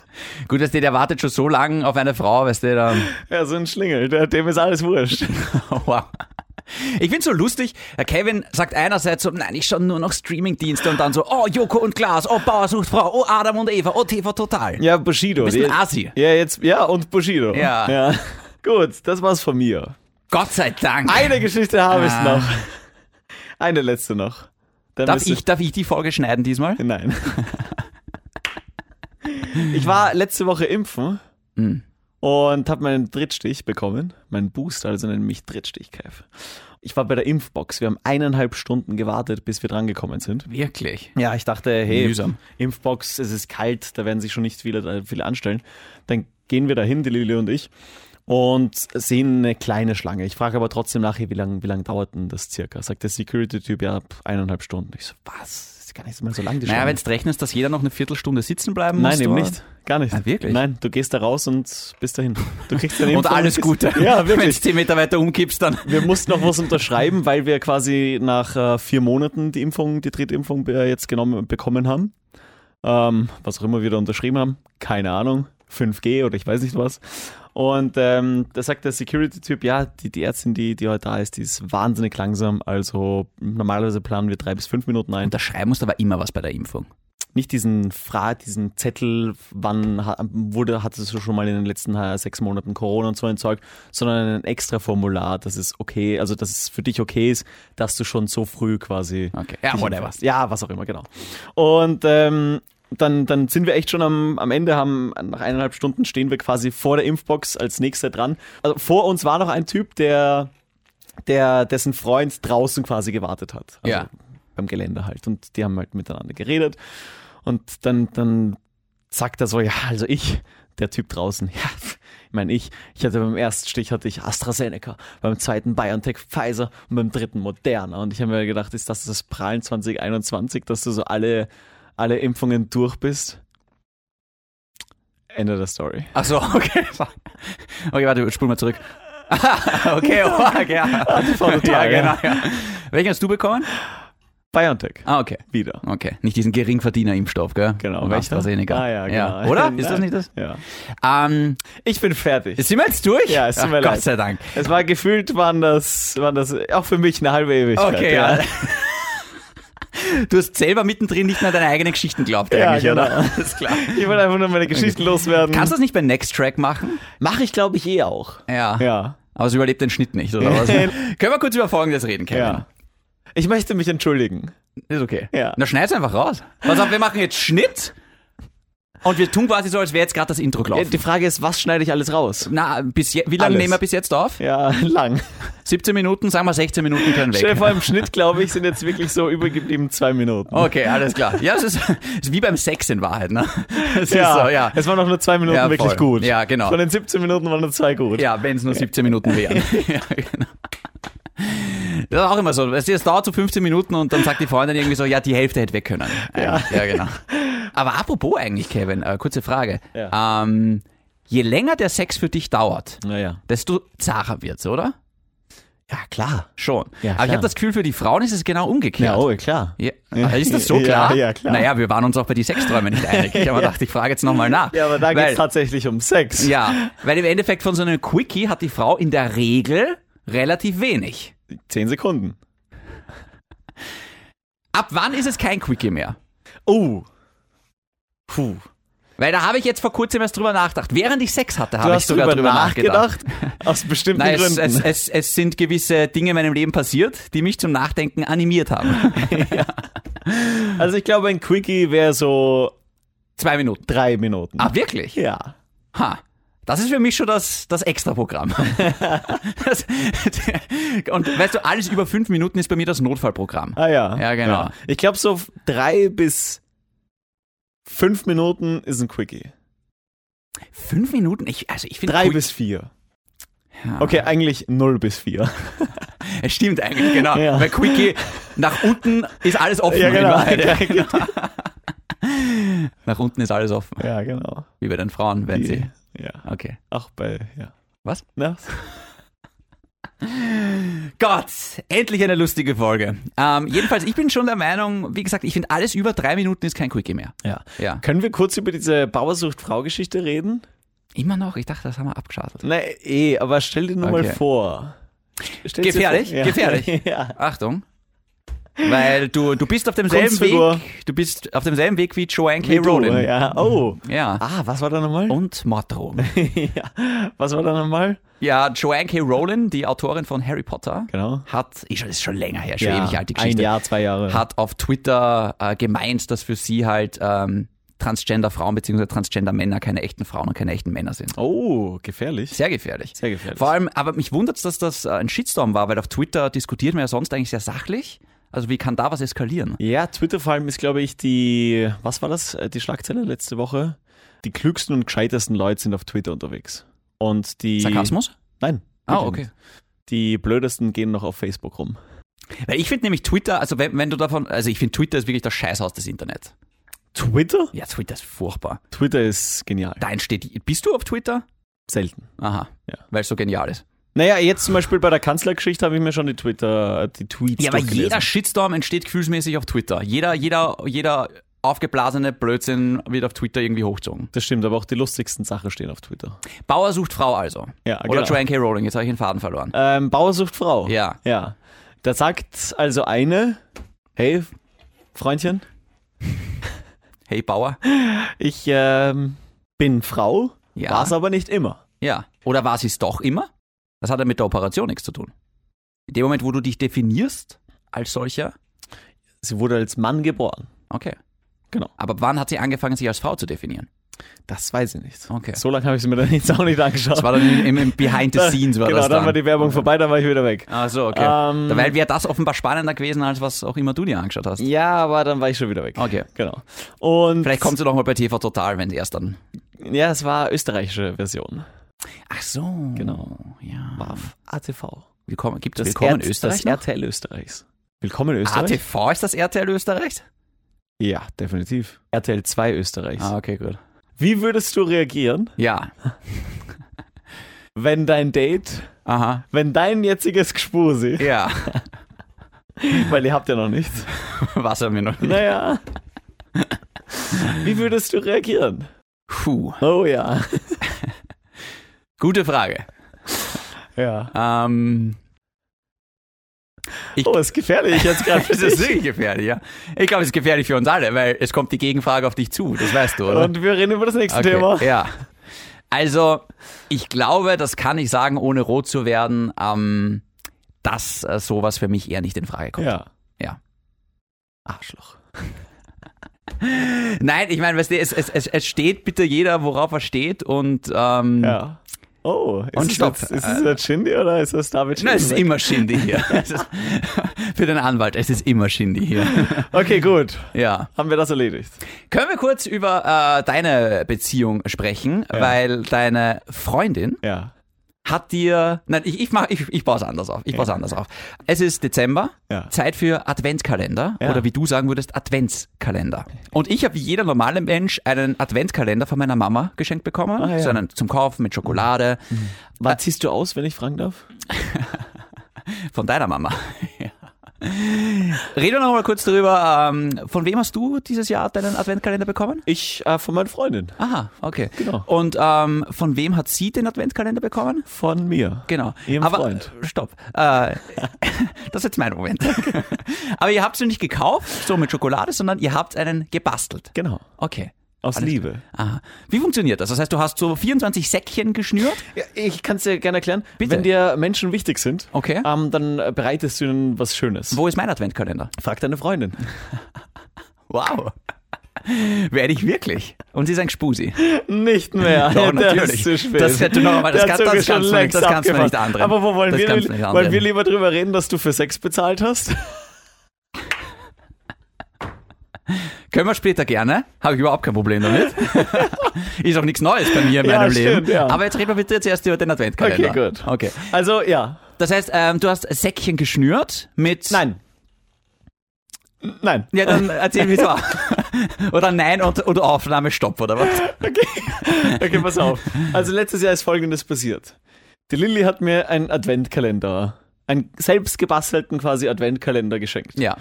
Speaker 2: Gut, weißt du, der wartet schon so lange auf eine Frau, weißt du, dann.
Speaker 1: ja so ein Schlingel, der, dem ist alles wurscht.
Speaker 2: Wow. Ich find's so lustig, Herr Kevin sagt einerseits so, nein, ich schaue nur noch Streamingdienste und dann so, oh, Joko und Klaas, oh, Bauer sucht Frau, oh, Adam und Eva, oh, TV Total.
Speaker 1: Ja, Bushido.
Speaker 2: Bist ein
Speaker 1: Die-
Speaker 2: Asi.
Speaker 1: Ja, jetzt, ja, und Bushido.
Speaker 2: Ja.
Speaker 1: ja. Gut, das war's von mir.
Speaker 2: Gott sei Dank.
Speaker 1: Eine Geschichte habe ich
Speaker 2: Ah.
Speaker 1: noch. Eine letzte noch. Dann
Speaker 2: darf,
Speaker 1: müsste-
Speaker 2: ich, darf ich die Folge schneiden diesmal?
Speaker 1: Nein. Ich war letzte Woche impfen
Speaker 2: Mm.
Speaker 1: und habe meinen Drittstich bekommen, meinen Booster, also nennen mich Drittstich, Kev. Ich war bei der Impfbox. Wir haben eineinhalb Stunden gewartet, bis wir drangekommen sind.
Speaker 2: Wirklich.
Speaker 1: Ja, ich dachte, hey,
Speaker 2: Mühsam.
Speaker 1: Impfbox, es ist kalt, da werden sich schon nicht viele, äh, viele anstellen. Dann gehen wir dahin, die Lili und ich, und sehen eine kleine Schlange. Ich frage aber trotzdem nach, hey, wie lange wie lang dauert denn das circa? Sagt der Security-Typ, ja, pf, eineinhalb Stunden. Ich so, was? Das ist gar nicht mal so lang, die
Speaker 2: Naja,
Speaker 1: Schlange.
Speaker 2: wenn du rechnest, dass jeder noch eine Viertelstunde sitzen bleiben muss.
Speaker 1: Nein, eben
Speaker 2: oder?
Speaker 1: nicht. Gar nicht.
Speaker 2: Ah, wirklich?
Speaker 1: Nein, du gehst da raus und bist dahin. Du kriegst deine
Speaker 2: äh, Und
Speaker 1: Impfung
Speaker 2: alles
Speaker 1: bist-
Speaker 2: Gute.
Speaker 1: Ja,
Speaker 2: Wenn du
Speaker 1: wirklich.
Speaker 2: 10 Meter weiter umkippst, dann.
Speaker 1: Wir mussten noch was unterschreiben, weil wir quasi nach äh, vier Monaten die Impfung, die Drittimpfung äh, jetzt genommen, bekommen haben. Ähm, was auch immer wir da unterschrieben haben. Keine Ahnung. 5G oder ich weiß nicht was. Und ähm, da sagt der Security-Typ, ja, die, die Ärztin, die, die heute da ist, die ist wahnsinnig langsam. Also normalerweise planen wir drei bis fünf Minuten ein.
Speaker 2: Unterschreiben musst aber immer was bei der Impfung.
Speaker 1: nicht diesen Fra diesen Zettel, wann ha- wurde, hattest du schon mal in den letzten äh, sechs Monaten Corona und so ein Zeug, sondern ein extra Formular, dass es okay, also dass es für dich okay ist, dass du schon so früh quasi.
Speaker 2: Okay. Ja,
Speaker 1: dich
Speaker 2: whatever.
Speaker 1: impfst. Ja, was auch immer, genau. Und ähm, dann, dann sind wir echt schon am, am Ende, haben nach eineinhalb Stunden stehen wir quasi vor der Impfbox als nächster dran. Also vor uns war noch ein Typ, der, der dessen Freund draußen quasi gewartet hat. Also
Speaker 2: Ja.
Speaker 1: beim Gelände halt. Und die haben halt miteinander geredet. Und dann, dann sagt er so, ja, also ich, der Typ draußen, ja, pf, ich meine ich, ich hatte beim ersten Stich hatte ich AstraZeneca, beim zweiten BioNTech Pfizer und beim dritten Moderna. Und ich habe mir gedacht, ist das das Prahlen 2021, dass du so alle, alle Impfungen durch bist? Ende der Story.
Speaker 2: Ach so, okay. Okay, warte, spul mal zurück. okay, oh, ja. ja,
Speaker 1: Ah, total,
Speaker 2: genau. Ja. Welchen hast du bekommen?
Speaker 1: BioNTech,
Speaker 2: Ah, okay.
Speaker 1: wieder.
Speaker 2: Okay, nicht diesen Geringverdiener-Impfstoff, gell?
Speaker 1: Genau,
Speaker 2: Und
Speaker 1: welcher?
Speaker 2: AstraZeneca.
Speaker 1: Ah, ja,
Speaker 2: ja.
Speaker 1: genau.
Speaker 2: Oder? Ist das
Speaker 1: Nein.
Speaker 2: nicht das?
Speaker 1: Ja.
Speaker 2: Ähm,
Speaker 1: Ich bin fertig.
Speaker 2: sind wir jetzt durch?
Speaker 1: Ja, es tut mir
Speaker 2: Ach,
Speaker 1: leid.
Speaker 2: Gott sei Dank.
Speaker 1: Es war gefühlt, waren das, waren das auch für mich eine halbe Ewigkeit.
Speaker 2: Okay,
Speaker 1: ja.
Speaker 2: ja. Du hast selber mittendrin nicht mehr an deine eigenen Geschichten geglaubt,
Speaker 1: Ja,
Speaker 2: eigentlich,
Speaker 1: genau.
Speaker 2: oder? Alles klar.
Speaker 1: Ich wollte einfach nur meine Geschichten loswerden.
Speaker 2: Kannst du das nicht bei Next Track machen?
Speaker 1: Mache ich, glaube ich, eh auch.
Speaker 2: Ja.
Speaker 1: Ja.
Speaker 2: Aber es überlebt den Schnitt nicht, oder was? Können wir kurz über Folgendes reden, Kevin?
Speaker 1: Ja. Ich möchte mich entschuldigen.
Speaker 2: Ist okay.
Speaker 1: Ja.
Speaker 2: Na, schneid's einfach raus. Pass auf, wir machen jetzt Schnitt und wir tun quasi so, als wäre jetzt gerade das Intro
Speaker 1: Ja,
Speaker 2: gelaufen.
Speaker 1: Die Frage ist, was schneide ich alles raus?
Speaker 2: Na, bis je, wie lange
Speaker 1: Alles.
Speaker 2: nehmen wir bis jetzt auf?
Speaker 1: Ja, lang.
Speaker 2: 17 Minuten, sagen wir 16 Minuten können weg.
Speaker 1: Stell vor, im Schnitt, glaube ich, sind jetzt wirklich so übergeblieben zwei Minuten.
Speaker 2: Okay, alles klar. Ja, es ist, es ist wie beim Sex in Wahrheit, ne? Es ist so, ja.
Speaker 1: Es waren noch nur zwei Minuten
Speaker 2: Ja, voll.
Speaker 1: wirklich gut.
Speaker 2: Ja, genau.
Speaker 1: Von den 17 Minuten waren nur zwei gut.
Speaker 2: Ja, wenn es nur 17 Minuten wären. ja, genau. Das ist auch immer so. weißt du, Es dauert so 15 Minuten und dann sagt die Freundin irgendwie so, ja, die Hälfte hätte weg können. Ja, ja genau. Aber apropos eigentlich, Kevin, äh, kurze Frage.
Speaker 1: Ja.
Speaker 2: Ähm, je länger der Sex für dich dauert,
Speaker 1: Naja.
Speaker 2: desto zacher wird's, oder?
Speaker 1: Ja, klar.
Speaker 2: Schon.
Speaker 1: Ja,
Speaker 2: Aber ich
Speaker 1: klar.
Speaker 2: habe das Gefühl, für die Frauen ist es genau umgekehrt.
Speaker 1: Ja, oh, klar.
Speaker 2: Ja. Ist das so
Speaker 1: Ja,
Speaker 2: klar?
Speaker 1: ja, klar.
Speaker 2: Naja, wir waren uns auch bei die Sexträume nicht einig. Ich habe mir gedacht, ich frage jetzt nochmal nach.
Speaker 1: Ja, aber da geht
Speaker 2: Weil-
Speaker 1: es tatsächlich um Sex.
Speaker 2: Ja, weil im Endeffekt von so einem Quickie hat die Frau in der Regel relativ wenig.
Speaker 1: Zehn Sekunden.
Speaker 2: Ab wann ist es kein Quickie mehr?
Speaker 1: Oh. Puh.
Speaker 2: Weil da habe ich jetzt vor kurzem erst drüber nachgedacht. Während ich Sex hatte,
Speaker 1: Du
Speaker 2: habe ich
Speaker 1: hast
Speaker 2: sogar
Speaker 1: drüber,
Speaker 2: drüber, nachgedacht.
Speaker 1: nachgedacht. Aus bestimmten
Speaker 2: Nein, es,
Speaker 1: Gründen.
Speaker 2: es, es, es sind gewisse Dinge in meinem Leben passiert, die mich zum Nachdenken animiert haben.
Speaker 1: also ich glaube, ein Quickie wäre so
Speaker 2: Zwei Minuten.
Speaker 1: drei Minuten.
Speaker 2: Ah, wirklich?
Speaker 1: Ja.
Speaker 2: Ha. Das ist für mich schon das, das Extra-Programm. Das- Und weißt du, alles über fünf Minuten ist bei mir das Notfallprogramm.
Speaker 1: Ah ja.
Speaker 2: Ja, genau.
Speaker 1: Ich glaube, so f- drei bis fünf Minuten ist ein Quickie.
Speaker 2: Fünf Minuten? Ich, also ich finde
Speaker 1: Drei
Speaker 2: Quick-
Speaker 1: bis vier.
Speaker 2: Ja.
Speaker 1: Okay, eigentlich null bis vier.
Speaker 2: Es stimmt eigentlich, genau.
Speaker 1: Ja.
Speaker 2: Bei Quickie nach unten ist alles offen. in Wahrheit.
Speaker 1: Ja, genau.
Speaker 2: Nach unten ist alles offen.
Speaker 1: ja, genau.
Speaker 2: Wie bei den Frauen, wenn sie.
Speaker 1: Die- Ja.
Speaker 2: Okay.
Speaker 1: Auch bei, ja.
Speaker 2: Was?
Speaker 1: Na?
Speaker 2: Gott, endlich eine lustige Folge. Ähm, jedenfalls, ich bin schon der Meinung, wie gesagt, ich finde, alles über drei Minuten ist kein Quickie mehr.
Speaker 1: Ja.
Speaker 2: Ja.
Speaker 1: Können wir kurz über diese Bauersucht-Frau-Geschichte reden?
Speaker 2: Immer noch? Ich dachte, das haben wir abgeschaltet.
Speaker 1: Nein, eh, aber stell dir nur mal
Speaker 2: Okay.
Speaker 1: vor. Stell's dir
Speaker 2: Gefährlich?
Speaker 1: vor- Ja.
Speaker 2: Gefährlich.
Speaker 1: Ja.
Speaker 2: Achtung. Weil du, du bist auf demselben
Speaker 1: Kunstfigur.
Speaker 2: Weg. Du bist auf demselben Weg wie Joanne K.
Speaker 1: Wie du,
Speaker 2: Rowling.
Speaker 1: ja. Oh.
Speaker 2: Ja.
Speaker 1: Ah, was war da nochmal?
Speaker 2: Und Morddrohung.
Speaker 1: ja. Was war da nochmal?
Speaker 2: ja, Joanne K. Rowling, die Autorin von Harry Potter,
Speaker 1: Genau.
Speaker 2: hat, ist schon, ist schon länger her, schon
Speaker 1: Ja,
Speaker 2: ewig alte
Speaker 1: ein
Speaker 2: Geschichte.
Speaker 1: Jahr, zwei Jahre.
Speaker 2: Hat auf Twitter äh, gemeint, dass für sie halt ähm, Transgender-Frauen bzw. Transgender-Männer keine echten Frauen und keine echten Männer sind.
Speaker 1: Oh, gefährlich.
Speaker 2: Sehr gefährlich.
Speaker 1: Sehr gefährlich.
Speaker 2: Vor allem, aber mich wundert es, dass das äh, ein Shitstorm war, weil auf Twitter diskutiert man ja sonst eigentlich sehr sachlich. Also wie kann da was eskalieren?
Speaker 1: Ja, Twitter vor allem ist, glaube ich, die, was war das, Äh, die Schlagzeile letzte Woche? Die klügsten und gescheitesten Leute sind auf Twitter unterwegs. Und die.
Speaker 2: Sarkasmus?
Speaker 1: Nein.
Speaker 2: Ah,
Speaker 1: wirklich
Speaker 2: okay.
Speaker 1: nicht. Die blödesten gehen noch auf Facebook rum.
Speaker 2: Weil ich finde nämlich Twitter, also wenn, wenn du davon, also ich finde Twitter ist wirklich das Scheißhaus des Internets.
Speaker 1: Twitter?
Speaker 2: Ja, Twitter ist furchtbar.
Speaker 1: Twitter ist genial.
Speaker 2: Da entsteht, bist du auf Twitter?
Speaker 1: Selten.
Speaker 2: Aha,
Speaker 1: Ja.
Speaker 2: weil es so genial ist.
Speaker 1: Naja, jetzt zum Beispiel bei der Kanzlergeschichte habe ich mir schon die Twitter, äh, die Tweets
Speaker 2: Ja, aber
Speaker 1: durchgelesen.
Speaker 2: jeder Shitstorm entsteht gefühlsmäßig auf Twitter. Jeder, jeder, jeder aufgeblasene Blödsinn wird auf Twitter irgendwie hochgezogen.
Speaker 1: Das stimmt, aber auch die lustigsten Sachen stehen auf Twitter.
Speaker 2: Bauer sucht Frau also.
Speaker 1: Ja,
Speaker 2: Oder
Speaker 1: genau.
Speaker 2: Joanne K. Rowling, jetzt habe ich den Faden verloren.
Speaker 1: Ähm, Bauer sucht Frau.
Speaker 2: Ja.
Speaker 1: Ja. Da sagt also eine, hey, Freundchen,
Speaker 2: Hey Bauer.
Speaker 1: ich ähm, bin Frau,
Speaker 2: Ja.
Speaker 1: war's aber nicht immer.
Speaker 2: Ja. Oder war sie es doch immer? Das hat ja mit der Operation nichts zu tun. In dem Moment, wo du dich definierst als solcher,
Speaker 1: Sie wurde als Mann geboren.
Speaker 2: okay.
Speaker 1: Genau.
Speaker 2: Aber wann hat sie angefangen, sich als Frau zu definieren?
Speaker 1: Das weiß ich nicht.
Speaker 2: Okay.
Speaker 1: So lange habe ich es mir dann jetzt auch nicht angeschaut.
Speaker 2: Das war dann im, im Behind the Scenes, war
Speaker 1: genau,
Speaker 2: das
Speaker 1: dann war die Werbung vorbei, dann war ich wieder weg.
Speaker 2: Ach so, okay.
Speaker 1: Ähm,
Speaker 2: Weil wäre das offenbar spannender gewesen, als was auch immer du dir angeschaut hast.
Speaker 1: Ja, aber dann war ich schon wieder weg.
Speaker 2: Okay.
Speaker 1: Genau. Und
Speaker 2: Vielleicht kommt sie doch mal bei TV Total, wenn sie erst dann.
Speaker 1: ja, es war österreichische Version.
Speaker 2: Ach so. Genau. Ja.
Speaker 1: Auf ATV.
Speaker 2: Willkommen, gibt es Willkommen
Speaker 1: R-
Speaker 2: Österreich?
Speaker 1: Das RTL Österreichs. Willkommen Österreich?
Speaker 2: ATV ist das RTL Österreich?
Speaker 1: Ja, definitiv. RTL 2 Österreichs.
Speaker 2: Ah, okay, gut.
Speaker 1: Wie würdest du reagieren,
Speaker 2: Ja.
Speaker 1: wenn dein Date,
Speaker 2: Aha.
Speaker 1: wenn dein jetziges Gspusi,
Speaker 2: Ja.
Speaker 1: weil ihr habt ja noch nichts,
Speaker 2: Was haben wir noch?
Speaker 1: naja. Wie würdest du reagieren?
Speaker 2: Puh.
Speaker 1: Oh ja.
Speaker 2: Gute Frage.
Speaker 1: Ja.
Speaker 2: Ähm,
Speaker 1: Oh, ist gefährlich jetzt gerade für
Speaker 2: das ist
Speaker 1: dich.
Speaker 2: wirklich gefährlich, ja. Ich glaube, es ist gefährlich für uns alle, weil es kommt die Gegenfrage auf dich zu. Das weißt du, oder?
Speaker 1: Und wir reden über das nächste Thema.
Speaker 2: Ja. Also, ich glaube, das kann ich sagen, ohne rot zu werden, ähm, dass äh, sowas für mich eher nicht in Frage kommt.
Speaker 1: Ja.
Speaker 2: Ja.
Speaker 1: Arschloch.
Speaker 2: Nein, ich meine, weißt du, es, es, es, es steht bitte jeder, worauf er steht und, ähm,
Speaker 1: Ja. Oh, ist
Speaker 2: Und
Speaker 1: es
Speaker 2: stopp.
Speaker 1: Jetzt, ist es jetzt Shindy oder ist es David Shindy?
Speaker 2: Na, es ist immer Schindy hier. Es ist, für den Anwalt, es ist immer Schindy hier.
Speaker 1: okay, gut.
Speaker 2: Ja.
Speaker 1: Haben wir das erledigt?
Speaker 2: Können wir kurz über äh, deine Beziehung sprechen? Weil deine Freundin
Speaker 1: Ja.
Speaker 2: hat dir. Nein, ich, ich, mach, ich, ich baue es anders auf. Ich baue es anders auf. Es ist Dezember,
Speaker 1: Ja.
Speaker 2: Zeit für Adventskalender
Speaker 1: Ja.
Speaker 2: oder wie du sagen würdest, Adventskalender. Und ich habe wie jeder normale Mensch einen Adventskalender von meiner Mama geschenkt bekommen.
Speaker 1: Ah, ja. Mhm.
Speaker 2: So einen zum Kaufen mit Schokolade.
Speaker 1: Wann Äh, ziehst du aus, wenn ich fragen darf?
Speaker 2: Von deiner Mama. Ja. Reden wir noch mal kurz drüber. Ähm, von wem hast du dieses Jahr deinen Adventkalender bekommen?
Speaker 1: Ich, äh, von meiner Freundin.
Speaker 2: Aha, okay.
Speaker 1: Genau.
Speaker 2: Und ähm, von wem hat sie den Adventkalender bekommen?
Speaker 1: Von mir.
Speaker 2: Genau.
Speaker 1: Ihrem
Speaker 2: Aber,
Speaker 1: Freund.
Speaker 2: Stopp. Äh, das ist jetzt mein Moment. Aber ihr habt sie nicht gekauft, so mit Schokolade, sondern ihr habt einen gebastelt.
Speaker 1: Genau.
Speaker 2: Okay.
Speaker 1: Aus
Speaker 2: Alles
Speaker 1: Liebe.
Speaker 2: Aha. Wie funktioniert das? Das heißt, du hast so 24 Säckchen geschnürt?
Speaker 1: Ja, ich kann es dir gerne erklären.
Speaker 2: Bitte.
Speaker 1: Wenn dir Menschen wichtig sind,
Speaker 2: Okay.
Speaker 1: ähm, dann äh, bereitest du ihnen was Schönes.
Speaker 2: Wo ist mein Adventkalender?
Speaker 1: Frag deine Freundin.
Speaker 2: Wow. Werde ich wirklich. Und sie ist ein Spusi.
Speaker 1: Nicht mehr.
Speaker 2: Doch,
Speaker 1: Der
Speaker 2: natürlich.
Speaker 1: Ist zu spät.
Speaker 2: Das hätte noch einmal- das
Speaker 1: Der
Speaker 2: kann-
Speaker 1: Zug
Speaker 2: das
Speaker 1: ist schon
Speaker 2: kannst du nicht-
Speaker 1: längst
Speaker 2: das kannst du nicht
Speaker 1: abgefahren.
Speaker 2: andern.
Speaker 1: Aber wo wollen
Speaker 2: Das
Speaker 1: wir,
Speaker 2: kannst du
Speaker 1: li-
Speaker 2: nicht
Speaker 1: wollen wir
Speaker 2: andern.
Speaker 1: lieber drüber reden, dass du für Sex bezahlt hast?
Speaker 2: Können wir später gerne. Habe ich überhaupt kein Problem damit. ist auch nichts Neues bei mir in
Speaker 1: Ja,
Speaker 2: meinem
Speaker 1: stimmt,
Speaker 2: Leben.
Speaker 1: ja.
Speaker 2: Aber jetzt reden wir bitte jetzt erst über den Adventkalender.
Speaker 1: Okay, gut.
Speaker 2: Okay.
Speaker 1: Also, ja.
Speaker 2: Das heißt, ähm, du hast Säckchen geschnürt mit.
Speaker 1: Nein. Nein.
Speaker 2: Ja, dann erzähl, wie es war. oder nein und, oder Aufnahme stopp, oder was?
Speaker 1: Okay, pass auf. Also letztes Jahr ist folgendes passiert. Die Lilly hat mir einen Adventkalender einen selbstgebastelten quasi Adventkalender geschenkt.
Speaker 2: Ja.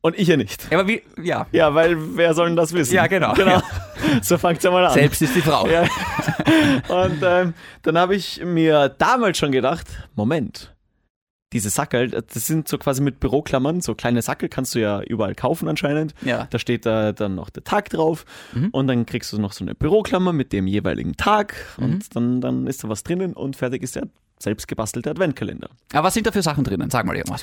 Speaker 1: Und ich ihr nicht.
Speaker 2: Ja, Aber wie, ja.
Speaker 1: Ja, weil wer soll denn das wissen?
Speaker 2: Ja, genau.
Speaker 1: genau.
Speaker 2: Ja.
Speaker 1: So fangt's ja mal an.
Speaker 2: Selbst ist die Frau.
Speaker 1: Ja. Und ähm, dann habe ich mir damals schon gedacht, Moment, diese Sackel, das sind so quasi mit Büroklammern, so kleine Sackel kannst du ja überall kaufen anscheinend.
Speaker 2: Ja. Mhm.
Speaker 1: Da steht da dann noch der Tag drauf und dann kriegst du noch so eine Büroklammer mit dem jeweiligen Tag
Speaker 2: Mhm.
Speaker 1: und dann, dann ist da was drinnen und fertig ist der selbstgebastelte Adventkalender.
Speaker 2: Aber was sind da für Sachen drinnen? Sag mal irgendwas.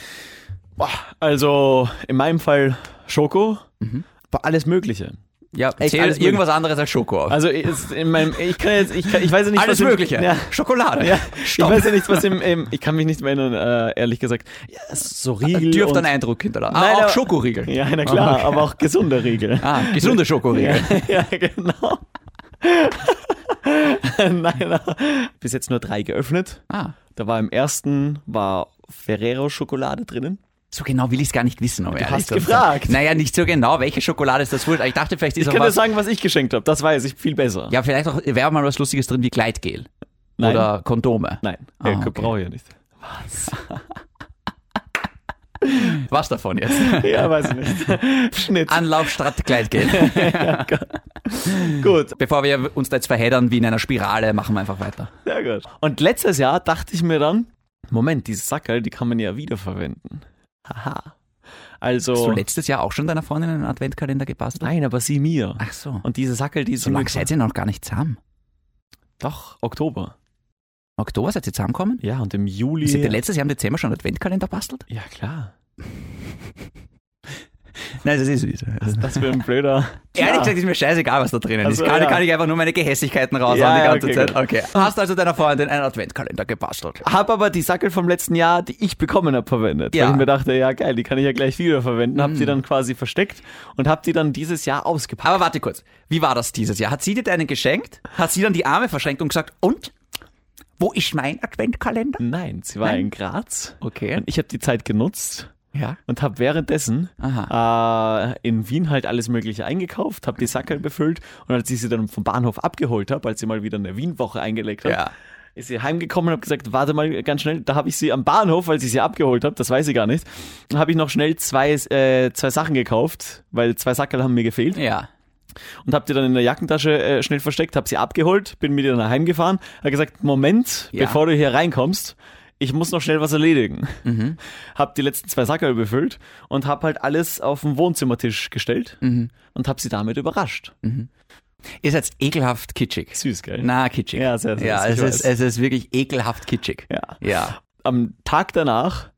Speaker 1: Boah, also in meinem Fall Schoko,
Speaker 2: Mhm.
Speaker 1: aber alles Mögliche.
Speaker 2: Ja,
Speaker 1: Echt,
Speaker 2: zähl
Speaker 1: alles
Speaker 2: irgendwas anderes als Schoko auf.
Speaker 1: Also ist in meinem, ich kann jetzt, ich, kann, ich weiß ja nicht,
Speaker 2: alles
Speaker 1: was im-
Speaker 2: Mögliche.
Speaker 1: Ja.
Speaker 2: Schokolade.
Speaker 1: Ja, ich
Speaker 2: Stopp.
Speaker 1: weiß ja nicht, was im, im ich kann mich nicht mehr erinnern, äh, ehrlich gesagt. Ja, so Riegel.
Speaker 2: Äh, Dürfte einen
Speaker 1: und,
Speaker 2: Eindruck hinterlassen.
Speaker 1: Nein,
Speaker 2: ah, auch
Speaker 1: aber-
Speaker 2: Schokoriegel.
Speaker 1: ja, na klar, aber auch gesunder Riegel.
Speaker 2: Ah, gesunde Schokoriegel.
Speaker 1: ja, ja, genau. Nein, aber bis jetzt nur drei geöffnet.
Speaker 2: Ah.
Speaker 1: Da war im ersten war Ferrero Schokolade drinnen.
Speaker 2: So genau will ich es gar nicht wissen, aber Du
Speaker 1: hast gefragt.
Speaker 2: Naja, nicht so genau. Welche Schokolade ist das wohl? Ich dachte, vielleicht ist
Speaker 1: Ich
Speaker 2: auch
Speaker 1: kann dir
Speaker 2: was.
Speaker 1: sagen, was ich geschenkt habe. Das weiß ich viel besser.
Speaker 2: Ja, vielleicht auch, wäre mal was Lustiges drin wie Gleitgel.
Speaker 1: Nein.
Speaker 2: Oder Kondome.
Speaker 1: Nein,
Speaker 2: Ah,
Speaker 1: äh,
Speaker 2: okay.
Speaker 1: brauche ich ja nicht.
Speaker 2: Was davon jetzt?
Speaker 1: Ja, weiß ich nicht. Schnitt.
Speaker 2: Anlauf statt Gleitgel.
Speaker 1: Gut.
Speaker 2: Bevor wir uns da jetzt verheddern wie in einer Spirale, machen wir einfach weiter.
Speaker 1: Sehr gut. Und letztes Jahr dachte ich mir dann, Moment, diese Sackerl, die kann man ja wiederverwenden. Haha.
Speaker 2: Hast du
Speaker 1: Also,
Speaker 2: letztes Jahr auch schon deiner Freundin einen Adventkalender gebastelt?
Speaker 1: nein, aber sie mir.
Speaker 2: Ach so.
Speaker 1: Und diese Sackerl, die
Speaker 2: Ah. so
Speaker 1: mir-
Speaker 2: lange seid ihr noch gar nicht zusammen.
Speaker 1: Doch, Oktober.
Speaker 2: Oktober seid ihr zusammengekommen?
Speaker 1: Ja, und im Juli.
Speaker 2: Seid ihr letztes Jahr im Dezember schon einen Adventkalender bastelt?
Speaker 1: ja, klar.
Speaker 2: Nein, das ist süß.
Speaker 1: Das wäre ein blöder.
Speaker 2: Also, Ehrlich
Speaker 1: Ja.
Speaker 2: gesagt ist mir scheißegal, was da drinnen
Speaker 1: Also,
Speaker 2: ist. Kann,
Speaker 1: ja.
Speaker 2: kann ich einfach nur meine Gehässigkeiten raushauen
Speaker 1: Ja,
Speaker 2: die
Speaker 1: ja,
Speaker 2: ganze
Speaker 1: okay,
Speaker 2: Zeit.
Speaker 1: gut.
Speaker 2: Okay. Du hast also deiner Freundin einen Adventkalender gebastelt.
Speaker 1: Hab aber die Sackel vom letzten Jahr, die ich bekommen habe, verwendet.
Speaker 2: Ja. Hm.
Speaker 1: Weil ich mir dachte, ja geil, die kann ich ja gleich wiederverwenden. Hab die dann quasi versteckt und hab die dann dieses Jahr ausgepackt.
Speaker 2: Aber warte kurz. Wie war das dieses Jahr? Hat sie dir deinen geschenkt? Hat sie dann die Arme verschränkt und gesagt, und? Wo ist mein Adventkalender?
Speaker 1: Nein, sie war in Graz.
Speaker 2: Okay.
Speaker 1: Und ich habe die Zeit genutzt.
Speaker 2: Ja.
Speaker 1: und habe währenddessen äh, in Wien halt alles Mögliche eingekauft, habe die Sackerl befüllt und als ich sie dann vom Bahnhof abgeholt habe, als sie mal wieder eine Wienwoche eingelegt hat,
Speaker 2: Ja.
Speaker 1: ist sie heimgekommen und habe gesagt, warte mal ganz schnell, da habe ich sie am Bahnhof, als ich sie abgeholt habe, das weiß ich gar nicht, habe ich noch schnell zwei, äh, zwei Sachen gekauft, weil zwei Sackerl haben mir gefehlt
Speaker 2: Ja.
Speaker 1: und habe die dann in der Jackentasche äh, schnell versteckt, habe sie abgeholt, bin mit ihr nach Hause gefahren, habe gesagt, Moment,
Speaker 2: Ja.
Speaker 1: bevor du hier reinkommst, ich muss noch schnell was erledigen.
Speaker 2: Mhm.
Speaker 1: Habe die letzten zwei Sackerl befüllt und habe halt alles auf den Wohnzimmertisch gestellt
Speaker 2: Mhm.
Speaker 1: und habe sie damit überrascht.
Speaker 2: Ihr seid ekelhaft kitschig.
Speaker 1: Süß, gell?
Speaker 2: Na, kitschig.
Speaker 1: Ja, sehr, sehr
Speaker 2: Ja,
Speaker 1: süß,
Speaker 2: es
Speaker 1: ich
Speaker 2: ist,
Speaker 1: weiß.
Speaker 2: es ist wirklich ekelhaft kitschig.
Speaker 1: Ja.
Speaker 2: Ja.
Speaker 1: Am Tag danach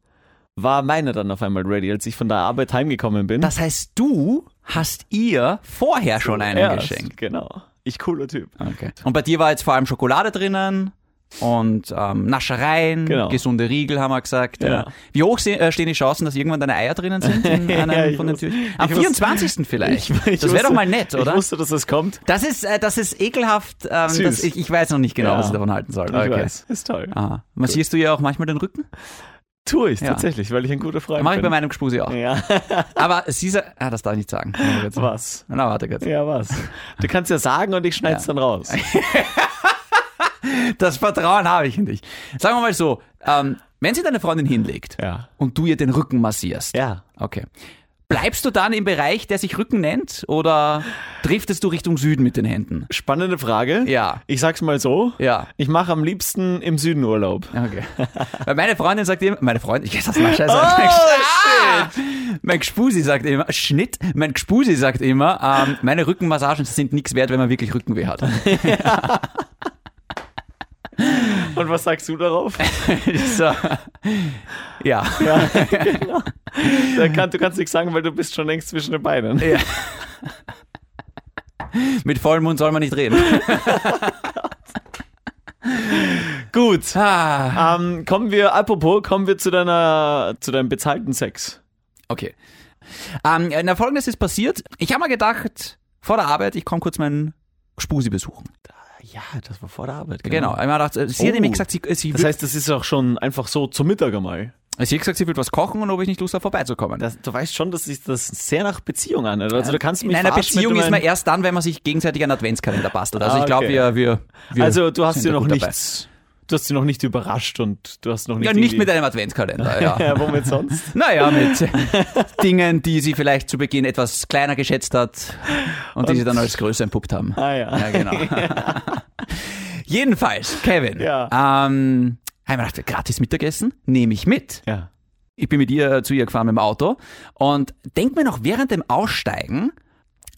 Speaker 1: war meine dann auf einmal ready, als ich von der Arbeit heimgekommen bin.
Speaker 2: Das heißt, du hast ihr vorher schon einen
Speaker 1: Erst,
Speaker 2: geschenkt.
Speaker 1: Genau. Ich cooler Typ.
Speaker 2: Okay. Und bei dir war jetzt vor allem Schokolade drinnen und ähm, Naschereien,
Speaker 1: Genau.
Speaker 2: gesunde Riegel, haben wir gesagt.
Speaker 1: Ja.
Speaker 2: Äh, Wie hoch se- äh, stehen die Chancen, dass irgendwann deine Eier drinnen sind? In einem
Speaker 1: Ja, ich
Speaker 2: von den
Speaker 1: wusste-
Speaker 2: Türchen? Am
Speaker 1: ich wusste-
Speaker 2: 24. vielleicht.
Speaker 1: Ich
Speaker 2: das wäre doch
Speaker 1: wusste-
Speaker 2: mal nett, oder?
Speaker 1: Ich wusste, dass das kommt.
Speaker 2: das ist, äh, das ist ekelhaft. Ähm,
Speaker 1: Süß.
Speaker 2: das, ich, ich weiß noch nicht genau,
Speaker 1: Ja.
Speaker 2: was ich davon halten soll.
Speaker 1: Ich
Speaker 2: Okay.
Speaker 1: weiß. Ist toll.
Speaker 2: Ah, massierst du ja auch manchmal den Rücken?
Speaker 1: Tue ich
Speaker 2: Ja.
Speaker 1: tatsächlich, weil ich ein guter Freund
Speaker 2: Mache ich bei
Speaker 1: bin.
Speaker 2: meinem Gespusi auch.
Speaker 1: ja.
Speaker 2: Aber sie sa- ah, das darf ich nicht sagen. Warte kurz.
Speaker 1: Was?
Speaker 2: Na, warte kurz.
Speaker 1: Ja, was? Du kannst ja sagen und ich schneide es dann raus.
Speaker 2: Das Vertrauen habe ich in dich. Sagen wir mal so, ähm, wenn sie deine Freundin hinlegt
Speaker 1: Ja.
Speaker 2: und du ihr den Rücken massierst,
Speaker 1: Ja.
Speaker 2: Okay. Bleibst du dann im Bereich, der sich Rücken nennt, oder driftest du Richtung Süden mit den Händen?
Speaker 1: Spannende Frage.
Speaker 2: Ja.
Speaker 1: Ich sag's mal so.
Speaker 2: Ja.
Speaker 1: Ich mache am liebsten im Süden Urlaub.
Speaker 2: Okay. Weil meine Freundin sagt immer, meine Freundin, ich das mal scheiße. mein, ah! mein Gspusi sagt immer, Schnitt, mein Gspusi sagt immer, ähm, meine Rückenmassagen sind nichts wert, wenn man wirklich Rückenweh hat.
Speaker 1: Und was sagst du darauf?
Speaker 2: so. Ja.
Speaker 1: ja, genau. Da kann, du kannst nichts sagen, weil du bist schon längst zwischen den Beinen.
Speaker 2: Mit vollem Mund soll man nicht reden.
Speaker 1: Gut.
Speaker 2: Ah.
Speaker 1: Ähm, kommen wir, apropos, kommen wir zu deiner, zu deinem bezahlten Sex.
Speaker 2: Okay. Ähm, na, folgendes ist passiert. Ich habe mal gedacht, vor der Arbeit, ich komme kurz meinen Gspusi besuchen.
Speaker 1: Ja, das war vor der Arbeit.
Speaker 2: Genau, ich hab gedacht, sie hat
Speaker 1: Oh.
Speaker 2: nämlich gesagt, sie, äh, sie,
Speaker 1: Das
Speaker 2: will,
Speaker 1: heißt, das ist auch schon einfach so zum Mittag einmal.
Speaker 2: sie hat gesagt, sie will was kochen und ob ich nicht Lust habe, vorbeizukommen.
Speaker 1: Das, du weißt schon, dass sich das sehr nach Beziehung an. Also du kannst mich
Speaker 2: Ähm, In einer
Speaker 1: verarschen, wenn
Speaker 2: Beziehung
Speaker 1: du
Speaker 2: ist
Speaker 1: mein-
Speaker 2: man erst dann, wenn man sich gegenseitig einen Adventskalender bastelt. Also
Speaker 1: Ah,
Speaker 2: ich glaube,
Speaker 1: okay.
Speaker 2: wir, wir, wir
Speaker 1: Also du hast
Speaker 2: sind
Speaker 1: dir
Speaker 2: da
Speaker 1: noch
Speaker 2: gut dabei.
Speaker 1: nichts du hast sie noch nicht überrascht und du hast noch nicht.
Speaker 2: Ja, nicht
Speaker 1: irgendwie-
Speaker 2: mit einem Adventskalender, ja.
Speaker 1: Ja, womit sonst?
Speaker 2: Naja, mit Dingen, die sie vielleicht zu Beginn etwas kleiner geschätzt hat und, die sie dann als größer entpuppt haben.
Speaker 1: Ah ja.
Speaker 2: Ja, genau. Jedenfalls, Kevin.
Speaker 1: Ja.
Speaker 2: Ähm, hab ich mir gedacht, gratis Mittagessen nehme ich mit.
Speaker 1: Ja.
Speaker 2: Ich bin mit ihr zu ihr gefahren mit dem Auto und denk mir noch während dem Aussteigen,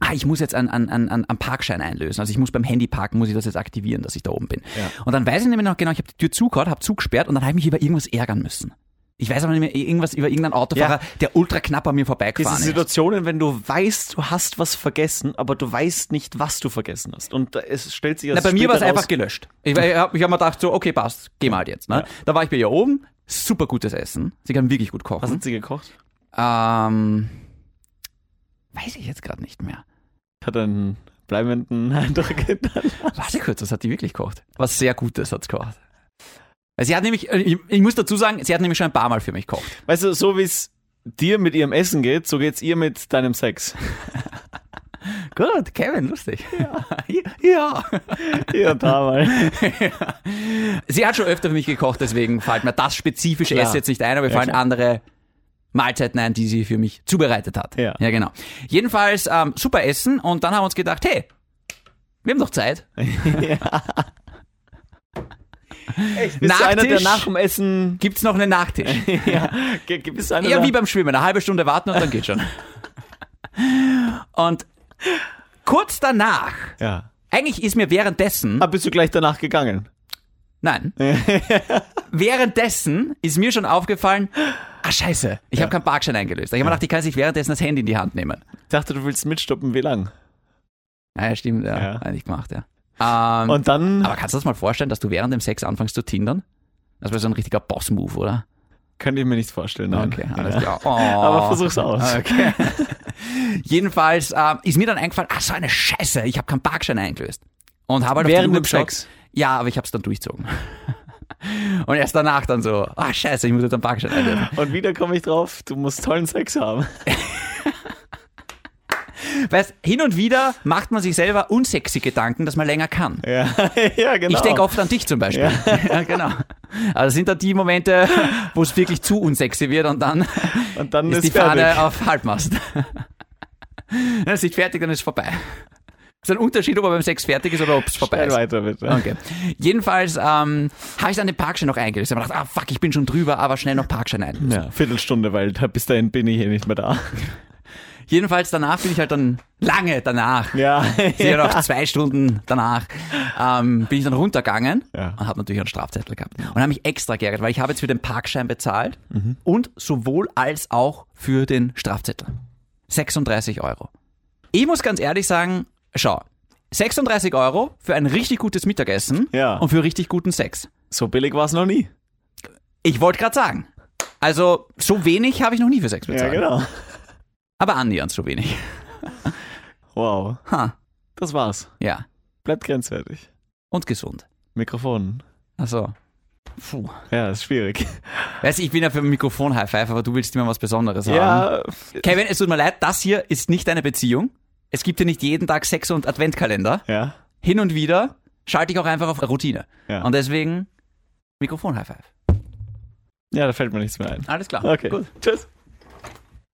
Speaker 2: ah, ich muss jetzt einen, einen, einen, einen Parkschein einlösen. Also ich muss beim Handy parken, muss ich das jetzt aktivieren, dass ich da oben bin. Und dann weiß ich nämlich noch genau, ich habe die Tür zugehört, habe zugesperrt und dann habe ich mich über irgendwas ärgern müssen. Ich weiß aber nicht mehr, irgendwas über irgendeinen Autofahrer,
Speaker 1: Ja.
Speaker 2: der ultra knapp an mir
Speaker 1: Diese
Speaker 2: vorbeigefahren ist.
Speaker 1: Situationen, wenn du weißt, du hast was vergessen, aber du weißt nicht, was du vergessen hast. Und da- es stellt sich
Speaker 2: Na,
Speaker 1: erst
Speaker 2: bei mir
Speaker 1: später
Speaker 2: war es einfach
Speaker 1: raus-
Speaker 2: gelöscht. Ich, war- ich habe ich hab mir gedacht, so, okay, passt, geh mal halt jetzt. Ne? Da war ich bei ihr oben, super gutes Essen. Sie kann wirklich gut
Speaker 1: Was
Speaker 2: kochen.
Speaker 1: hat sie gekocht?
Speaker 2: Ähm, weiß ich jetzt gerade nicht mehr.
Speaker 1: Hat einen bleibenden Eindruck getan.
Speaker 2: Warte kurz, was hat die wirklich gekocht? Was sehr Gutes hat sie gekocht. Sie hat nämlich, äh, ich, ich muss dazu sagen, sie hat nämlich schon ein paar Mal für mich gekocht.
Speaker 1: Weißt du, so wie es dir mit ihrem Essen geht, so geht's ihr mit deinem Sex.
Speaker 2: Gut, Kevin, lustig. Ja. ja.
Speaker 1: Ja, da mal.
Speaker 2: Sie hat schon öfter für mich gekocht, deswegen fällt mir das spezifische
Speaker 1: Klar.
Speaker 2: Essen jetzt nicht ein, aber mir
Speaker 1: Ja,
Speaker 2: fallen
Speaker 1: klar.
Speaker 2: andere Mahlzeiten ein, die sie für mich zubereitet hat.
Speaker 1: Ja.
Speaker 2: ja genau. Jedenfalls ähm, super Essen und dann haben wir uns gedacht, hey, wir haben doch Zeit.
Speaker 1: Bist du einer, der
Speaker 2: Nachtisch?
Speaker 1: nach dem Essen.
Speaker 2: Gibt's noch einen Nachtisch?
Speaker 1: Ge- ge- Bist du einer,
Speaker 2: Eher
Speaker 1: der-
Speaker 2: wie beim Schwimmen, eine halbe Stunde warten und dann geht schon. und kurz danach,
Speaker 1: Ja.
Speaker 2: eigentlich ist mir währenddessen,
Speaker 1: Ah, bist du gleich danach gegangen?
Speaker 2: nein, währenddessen ist mir schon aufgefallen, ah scheiße, ich habe keinen Parkschein eingelöst. Ich habe mir gedacht, ich kann sich währenddessen das Handy in die Hand nehmen.
Speaker 1: Ich dachte, du willst mitstoppen, wie lang?
Speaker 2: Ah, ja, stimmt, ja,
Speaker 1: Ja.
Speaker 2: ja. eigentlich gemacht, ja. Ähm,
Speaker 1: Und dann
Speaker 2: aber kannst du das mal vorstellen, dass du während dem Sex anfängst zu tindern? Das wäre so ein richtiger Boss-Move, oder?
Speaker 1: könnte ich mir nicht vorstellen. Nein.
Speaker 2: Okay, alles klar. Oh.
Speaker 1: Aber versuch's aus.
Speaker 2: Okay. Jedenfalls ähm, ist mir dann eingefallen, ach so eine Scheiße, ich habe keinen Parkschein eingelöst. Und habe halt auf die
Speaker 1: Während
Speaker 2: Uhr
Speaker 1: dem
Speaker 2: geschaut.
Speaker 1: Sex?
Speaker 2: Ja, aber ich habe es dann durchzogen. Und erst danach dann so, ah Scheiße, ich muss jetzt einen Parkschein einlösen.
Speaker 1: Und wieder komme ich drauf, du musst tollen Sex haben.
Speaker 2: Weißt, hin und wieder macht man sich selber unsexy Gedanken, dass man länger kann.
Speaker 1: Ja, ja genau.
Speaker 2: Ich denke oft an dich zum Beispiel. Ja. genau. Also das sind dann die Momente, wo es wirklich zu unsexy wird und dann
Speaker 1: Und dann
Speaker 2: ist,
Speaker 1: ist,
Speaker 2: die
Speaker 1: fertig.
Speaker 2: Fahne auf Halbmast. Dann ist nicht fertig, dann ist es vorbei. Es ist ein Unterschied, ob er beim Sex fertig ist oder ob es vorbei
Speaker 1: Schnell
Speaker 2: ist.
Speaker 1: weiter bitte.
Speaker 2: Okay. Jedenfalls ähm, habe ich dann den Parkschein noch eingelöst. Ich habe mir gedacht, ah fuck, ich bin schon drüber, aber schnell noch Parkschein einlösen.
Speaker 1: Ja, Viertelstunde, weil da- bis dahin bin ich eh nicht mehr da.
Speaker 2: Jedenfalls danach bin ich halt dann lange danach.
Speaker 1: Ja.
Speaker 2: Ja. Noch zwei Stunden danach ähm, bin ich dann runtergegangen
Speaker 1: Ja.
Speaker 2: und habe natürlich einen Strafzettel gehabt. Und habe mich extra geärgert, weil ich habe jetzt für den Parkschein bezahlt und sowohl als auch für den Strafzettel. 36 Euro. Ich muss ganz ehrlich sagen, schau, 36 Euro für ein richtig gutes Mittagessen
Speaker 1: Ja.
Speaker 2: und für richtig guten Sex.
Speaker 1: So billig war es noch nie.
Speaker 2: Ich wollte gerade sagen, also so wenig habe ich noch nie für Sex bezahlt.
Speaker 1: genau.
Speaker 2: Aber annähernd so wenig.
Speaker 1: Wow.
Speaker 2: Ha,
Speaker 1: Das war's.
Speaker 2: ja.
Speaker 1: Bleibt grenzwertig.
Speaker 2: Und gesund.
Speaker 1: Mikrofon.
Speaker 2: Also, puh.
Speaker 1: Ja, ist schwierig.
Speaker 2: Weißt du, ich bin ja für ein Mikrofon High Five, aber du willst immer was Besonderes haben.
Speaker 1: Ja,
Speaker 2: Kevin, es tut mir leid, das hier ist nicht deine Beziehung. Es gibt ja nicht jeden Tag Sex und Adventkalender.
Speaker 1: ja.
Speaker 2: Hin und wieder schalte ich auch einfach auf Routine.
Speaker 1: Ja.
Speaker 2: Und deswegen Mikrofon High Five.
Speaker 1: Ja, da fällt mir nichts mehr ein.
Speaker 2: Alles klar.
Speaker 1: Okay.
Speaker 2: Gut.
Speaker 1: Tschüss.